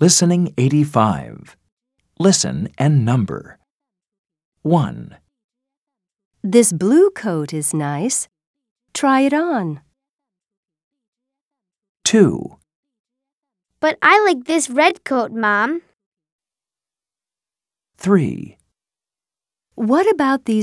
Listening 85. Listen and number. 1, This blue coat is nice. Try it on. 2, But I like this red coat, Mom. 3. What about these